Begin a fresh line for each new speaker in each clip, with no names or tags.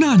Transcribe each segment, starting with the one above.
大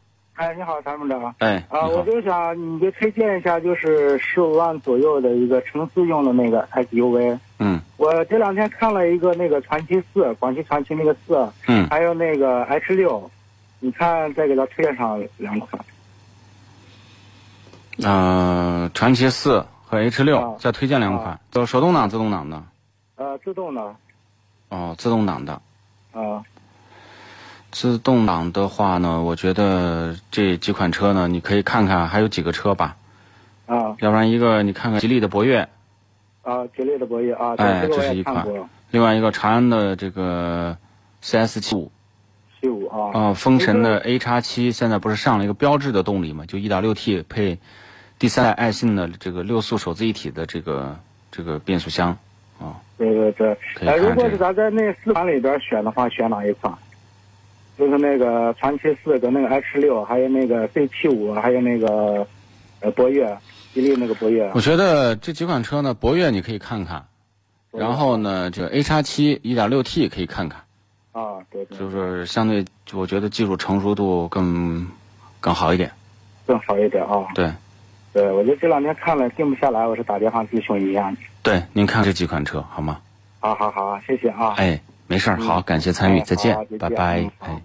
哎，你好，参谋长。
哎，
啊，
你
我
好，
就想你就推荐一下，就是十五万左右的一个城市用的那个 SUV。
嗯
我这两天看了一个那个传祺四，广汽传祺那个四，
嗯，
还有那个 H 六，你看再给它推荐上两款。
呃，传奇四和 H 六
啊
再推荐两款，就手动挡、自动挡的，
呃，自动的，
哦，自动挡的，
啊、
自动挡的话呢，我觉得这几款车呢，你可以看看还有几个车吧，
啊
要不然一个你看看吉利的博越，
啊，吉利的博越啊，
哎
这个我
这是一
也看
款
过，
另外一个长安的这个 CS 七五，
七五啊，
啊，风神的 A 叉七现在不是上了一个标志的动力嘛，就 1.6T 配第三代爱信的这个六速手自一体的这个这个变速箱，哦
对对对。
可以
哎，如
看
果
这
是
个。
咱在那四款里边选的话，选哪一款？就是那个传祺四跟那个 H 六，还有那个 C 七五，还有那个呃博越，吉利那个博越。
我觉得这几款车呢，博越你可以看看，然后呢，这 A 叉七 1.6T 可以看看，
啊，对对，
就是相对我觉得技术成熟度更更好一点。
更好一点啊。
对
对，我就这两天看了，定不下来，我是打电话咨询一下你。
对，您看这几款车好吗？
好好好，谢谢啊。
哎，没事儿，好，感谢参与，
哎
再见
好再，见
拜拜
嗯，好
哎。